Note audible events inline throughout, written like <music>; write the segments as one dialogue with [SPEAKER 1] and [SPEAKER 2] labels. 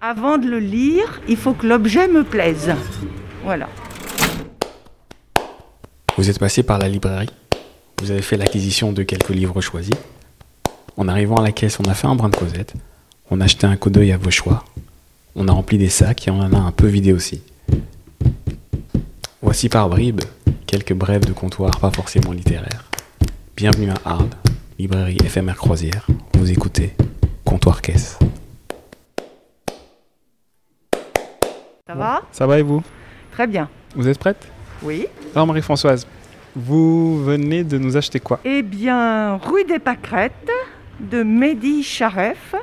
[SPEAKER 1] Avant de le lire, il faut que l'objet me plaise. Voilà.
[SPEAKER 2] Vous êtes passé par la librairie, vous avez fait l'acquisition de quelques livres choisis. En arrivant à la caisse, on a fait un brin de Cosette, on a jeté un coup d'œil à vos choix, on a rempli des sacs et on en a un peu vidé aussi. Voici par bribes quelques brèves de comptoir pas forcément littéraires. Bienvenue à Arles, librairie éphémère croisière. Vous écoutez Comptoir Caisse.
[SPEAKER 1] Ça va
[SPEAKER 3] Ça va et vous
[SPEAKER 1] Très bien.
[SPEAKER 3] Vous êtes prête
[SPEAKER 1] Oui.
[SPEAKER 3] Alors Marie-Françoise, vous venez de nous acheter quoi
[SPEAKER 1] Eh bien, rue des Pâquerettes de Mehdi Charef.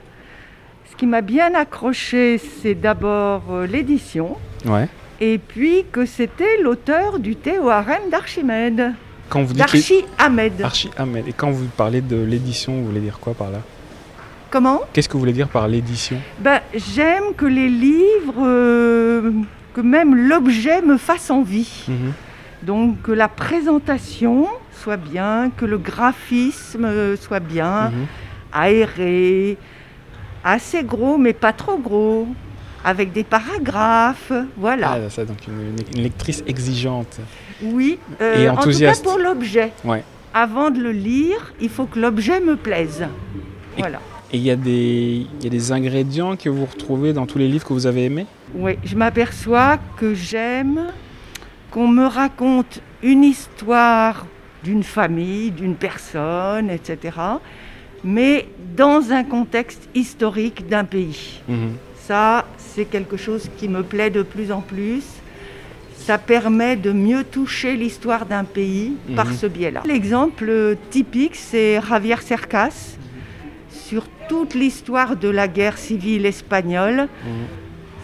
[SPEAKER 1] Ce qui m'a bien accroché, c'est d'abord euh, l'édition,
[SPEAKER 3] Ouais.
[SPEAKER 1] et puis que c'était l'auteur du théorème d'Archimède.
[SPEAKER 3] Quand vous dites Ah.
[SPEAKER 1] D'Archie Ahmed.
[SPEAKER 3] Archie Ahmed. Et quand vous parlez de l'édition, vous voulez dire quoi par là
[SPEAKER 1] Comment
[SPEAKER 3] Qu'est-ce que vous voulez dire par l'édition
[SPEAKER 1] ben, J'aime que les livres, euh, que même l'objet me fasse envie.
[SPEAKER 3] Mhm.
[SPEAKER 1] Donc que la présentation soit bien, que le graphisme euh, soit bien,
[SPEAKER 3] Mhm.
[SPEAKER 1] aéré, assez gros mais pas trop gros, avec des paragraphes, voilà.
[SPEAKER 3] Ah, ça, donc une, une- une lectrice exigeante.
[SPEAKER 1] oui, euh,
[SPEAKER 3] et
[SPEAKER 1] en tout cas
[SPEAKER 3] enthousiaste.
[SPEAKER 1] pour l'objet.
[SPEAKER 3] Ouais.
[SPEAKER 1] Avant de le lire, il faut que l'objet me plaise.
[SPEAKER 3] Et-
[SPEAKER 1] Voilà.
[SPEAKER 3] Et il y, a des- il y a des ingrédients que vous retrouvez dans tous les livres que vous avez aimés
[SPEAKER 1] Oui, je m'aperçois que j'aime qu'on me raconte une histoire d'une famille, d'une personne, etc. Mais dans un contexte historique d'un pays. Ça, c'est quelque chose qui me plaît de plus en plus. Ça permet de mieux toucher l'histoire d'un pays par
[SPEAKER 3] Mhm.
[SPEAKER 1] ce biais-là. L'exemple typique, c'est Javier Cercas sur toute l'histoire de la guerre civile espagnole.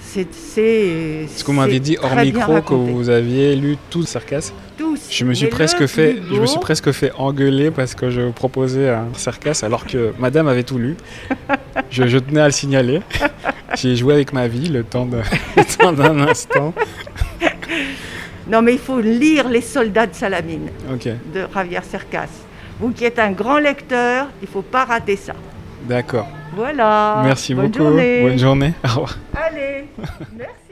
[SPEAKER 1] C'est c'est
[SPEAKER 3] Mhm. Ce que vous m'avez
[SPEAKER 1] c'est
[SPEAKER 3] dit hors
[SPEAKER 1] très bien
[SPEAKER 3] micro que
[SPEAKER 1] raconté.
[SPEAKER 3] vous aviez lu tout Cercas.
[SPEAKER 1] tous.
[SPEAKER 3] Je me suis
[SPEAKER 1] Mais
[SPEAKER 3] presque
[SPEAKER 1] le
[SPEAKER 3] fait,
[SPEAKER 1] plus
[SPEAKER 3] je me suis
[SPEAKER 1] beau,
[SPEAKER 3] presque fait engueuler parce que je proposais un Cercas alors que Madame avait tout
[SPEAKER 1] <laughs>
[SPEAKER 3] lu. Je, je tenais à le signaler. J'ai joué avec ma vie le temps de- <laughs> le temps d'un instant.
[SPEAKER 1] Non, mais il faut lire Les soldats de Salamine
[SPEAKER 3] Ok,
[SPEAKER 1] de Javier Cercas. Vous qui êtes un grand lecteur, il faut pas rater ça.
[SPEAKER 3] d'accord.
[SPEAKER 1] Voilà.
[SPEAKER 3] Merci
[SPEAKER 1] Bonne
[SPEAKER 3] beaucoup.
[SPEAKER 1] Journée.
[SPEAKER 3] Bonne journée. Au revoir. <laughs>
[SPEAKER 1] Allez, merci.